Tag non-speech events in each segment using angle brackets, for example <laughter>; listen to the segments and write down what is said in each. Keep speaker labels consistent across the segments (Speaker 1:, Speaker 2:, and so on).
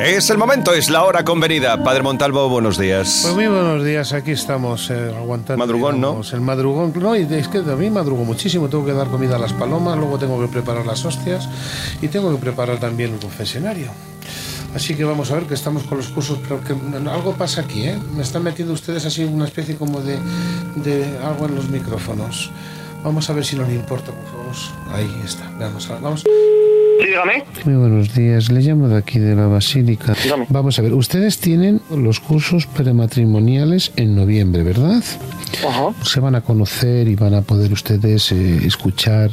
Speaker 1: Es el momento, es la hora convenida. Padre Montalvo, buenos días.
Speaker 2: Pues muy buenos días, aquí estamos eh, aguantando.
Speaker 1: Madrugón, ¿no?
Speaker 2: digamos, El madrugón, no, y es que a mí madrugo muchísimo, tengo que dar comida a las palomas, luego tengo que preparar las hostias y tengo que preparar también el confesionario. Así que vamos a ver que estamos con los cursos, pero que bueno, algo pasa aquí, ¿eh? Me están metiendo ustedes así una especie como de, de algo en los micrófonos. Vamos a ver si no le importa, por favor. Ahí está, vamos, a- vamos.
Speaker 3: Sí, dígame.
Speaker 2: Muy buenos días, le llamo de aquí de la Basílica.
Speaker 3: Dígame.
Speaker 2: Vamos a ver, ustedes tienen los cursos prematrimoniales en noviembre, ¿verdad?
Speaker 3: Ajá.
Speaker 2: Se van a conocer y van a poder ustedes eh, escuchar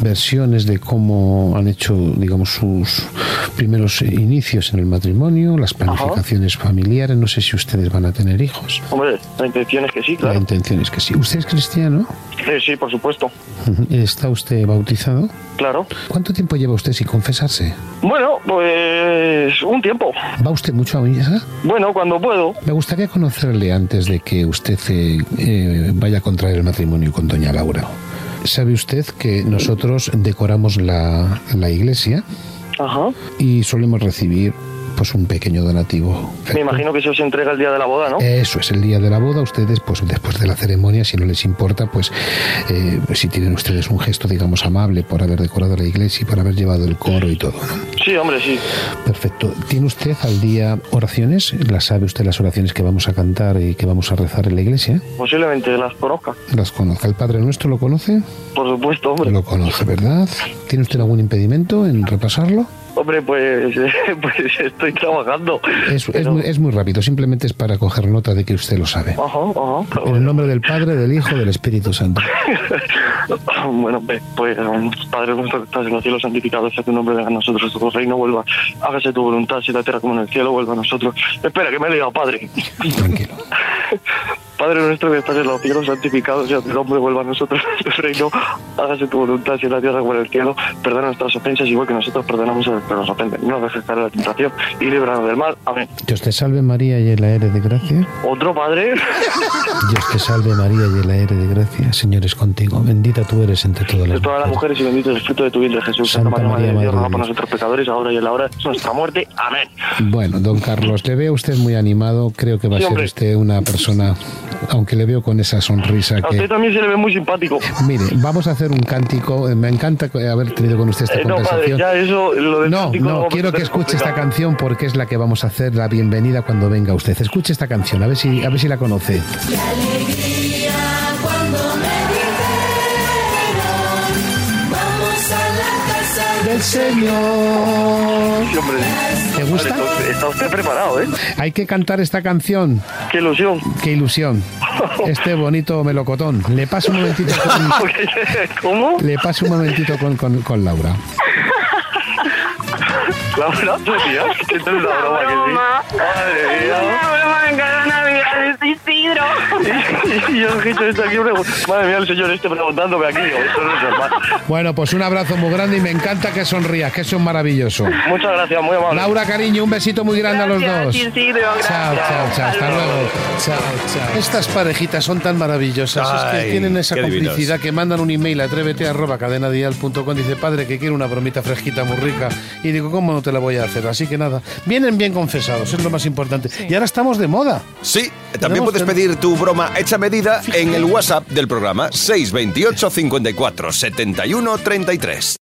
Speaker 2: versiones de cómo han hecho, digamos, sus primeros inicios en el matrimonio, las planificaciones familiares. No sé si ustedes van a tener hijos.
Speaker 3: Hombre, la intención es que sí,
Speaker 2: La
Speaker 3: claro.
Speaker 2: intención es que sí. ¿Usted es cristiano? <laughs>
Speaker 3: Eh, sí, por supuesto.
Speaker 2: ¿Está usted bautizado?
Speaker 3: Claro.
Speaker 2: ¿Cuánto tiempo lleva usted sin confesarse?
Speaker 3: Bueno, pues un tiempo.
Speaker 2: ¿Va usted mucho a misa?
Speaker 3: Bueno, cuando puedo.
Speaker 2: Me gustaría conocerle antes de que usted eh, eh, vaya a contraer el matrimonio con doña Laura. ¿Sabe usted que nosotros decoramos la, la iglesia
Speaker 3: Ajá.
Speaker 2: y solemos recibir pues un pequeño donativo?
Speaker 3: Me imagino que se os entrega el día de la boda, ¿no?
Speaker 2: Eso es el día de la boda. Ustedes, pues después de la ceremonia, si no les importa, pues eh, pues, si tienen ustedes un gesto, digamos, amable por haber decorado la iglesia y por haber llevado el coro y todo. ¿no?
Speaker 3: Sí, hombre, sí.
Speaker 2: Perfecto. ¿Tiene usted al día oraciones? ¿Las sabe usted las oraciones que vamos a cantar y que vamos a rezar en la iglesia?
Speaker 3: Posiblemente las conozca.
Speaker 2: Las conozca. ¿El Padre Nuestro lo conoce?
Speaker 3: Por supuesto, hombre.
Speaker 2: Lo conoce, ¿verdad? ¿Tiene usted algún impedimento en repasarlo?
Speaker 3: Hombre, pues, <laughs> pues estoy trabajando.
Speaker 2: Es, es
Speaker 3: Pero-
Speaker 2: muy, es muy rápido, simplemente es para coger nota de que usted lo sabe.
Speaker 3: Ajá, ajá.
Speaker 2: En el nombre del Padre, del Hijo, del Espíritu Santo.
Speaker 3: <laughs> Bueno, pues, pues, Padre nuestro que estás en los cielos, santificado sea tu nombre, venga a nosotros tu reino, vuelva, hágase tu voluntad, si en la tierra como en el cielo, vuelva a nosotros. Espera, que me he liado, Padre.
Speaker 2: Tranquilo.
Speaker 3: Padre nuestro que estás en los cielos, santificado sea tu nombre, vuelva a nosotros <laughs> tu reino, hágase tu voluntad, si en la tierra como en el cielo, perdona nuestras ofensas, igual que nosotros perdonamos a los que nos ofenden. No nos dejes caer en la tentación y líbranos del mal. Amén.
Speaker 2: Dios te salve María, llena eres de gracia.
Speaker 3: Otro
Speaker 2: <laughs>
Speaker 3: Padre,
Speaker 2: Dios te salve María, llena eres de gracia. Señor es contigo. Bendita tú eres entre todas
Speaker 3: de
Speaker 2: las
Speaker 3: todas las
Speaker 2: mujeres.
Speaker 3: mujeres y bendito es el fruto de tu vientre, Jesús. Santa María, Madre de Dios,
Speaker 2: de
Speaker 3: ruega por
Speaker 2: Dios.
Speaker 3: nosotros pecadores, ahora y en la hora de nuestra muerte. Amén.
Speaker 2: Bueno, don Carlos, le veo usted muy animado. Creo que va a
Speaker 3: Sí,
Speaker 2: ser
Speaker 3: hombre.
Speaker 2: usted una persona, aunque le veo con esa sonrisa
Speaker 3: A
Speaker 2: que...
Speaker 3: usted también se le ve muy simpático.
Speaker 2: Mire, vamos a hacer un cántico. Eh, Me encanta co- haber tenido con usted esta
Speaker 3: Eh, no, padre,
Speaker 2: conversación.
Speaker 3: ya eso, lo de
Speaker 2: no, no, quiero que escuche esta canción porque es la que vamos a hacer la bienvenida cuando venga usted. Escuche esta canción, a ver si, a ver si la conoce. Del Señor.
Speaker 3: Sí, hombre,
Speaker 2: ¿Te gusta?
Speaker 3: Padre, está- está usted preparado, ¿eh?
Speaker 2: Hay que cantar esta canción.
Speaker 3: Qué ilusión.
Speaker 2: Qué ilusión. Este bonito melocotón. Le paso un momentito con,
Speaker 3: <laughs> ¿Cómo?
Speaker 2: le paso un momentito con- con- con Laura.
Speaker 3: La verdad, tú dirás que esto es una broma, que sí. Madre
Speaker 4: Es
Speaker 3: mía. <laughs>
Speaker 4: una broma en cada Navidad, es Isidro.
Speaker 3: Y, y yo, gente, está aquí pregun- Madre mía, el señor este preguntándome aquí. digo, esto no es normal.
Speaker 2: Bueno, pues un abrazo muy grande y me encanta que sonrías, que eso es maravilloso.
Speaker 3: Muchas gracias, muy amable.
Speaker 2: Laura, cariño, un besito muy grande a
Speaker 4: Gracias,
Speaker 2: los dos.
Speaker 4: Isidro, gracias.
Speaker 2: Chao, chao, chao. Hasta luego. Chao, chao.
Speaker 5: Estas parejitas son tan maravillosas, es
Speaker 1: Ay,
Speaker 5: que tienen esa
Speaker 1: qué divinos.
Speaker 5: complicidad que mandan un email a atrévete arroba cadenadial.com dice padre que quiero una bromita fresquita muy rica y digo cómo no te la voy a hacer, así que nada, vienen bien confesados, es lo más importante. Y ahora estamos de moda.
Speaker 1: Sí, también
Speaker 5: Tenemos
Speaker 1: puedes
Speaker 5: que-
Speaker 1: pedir tu broma hecha medida en el WhatsApp del programa 628 54 71 33.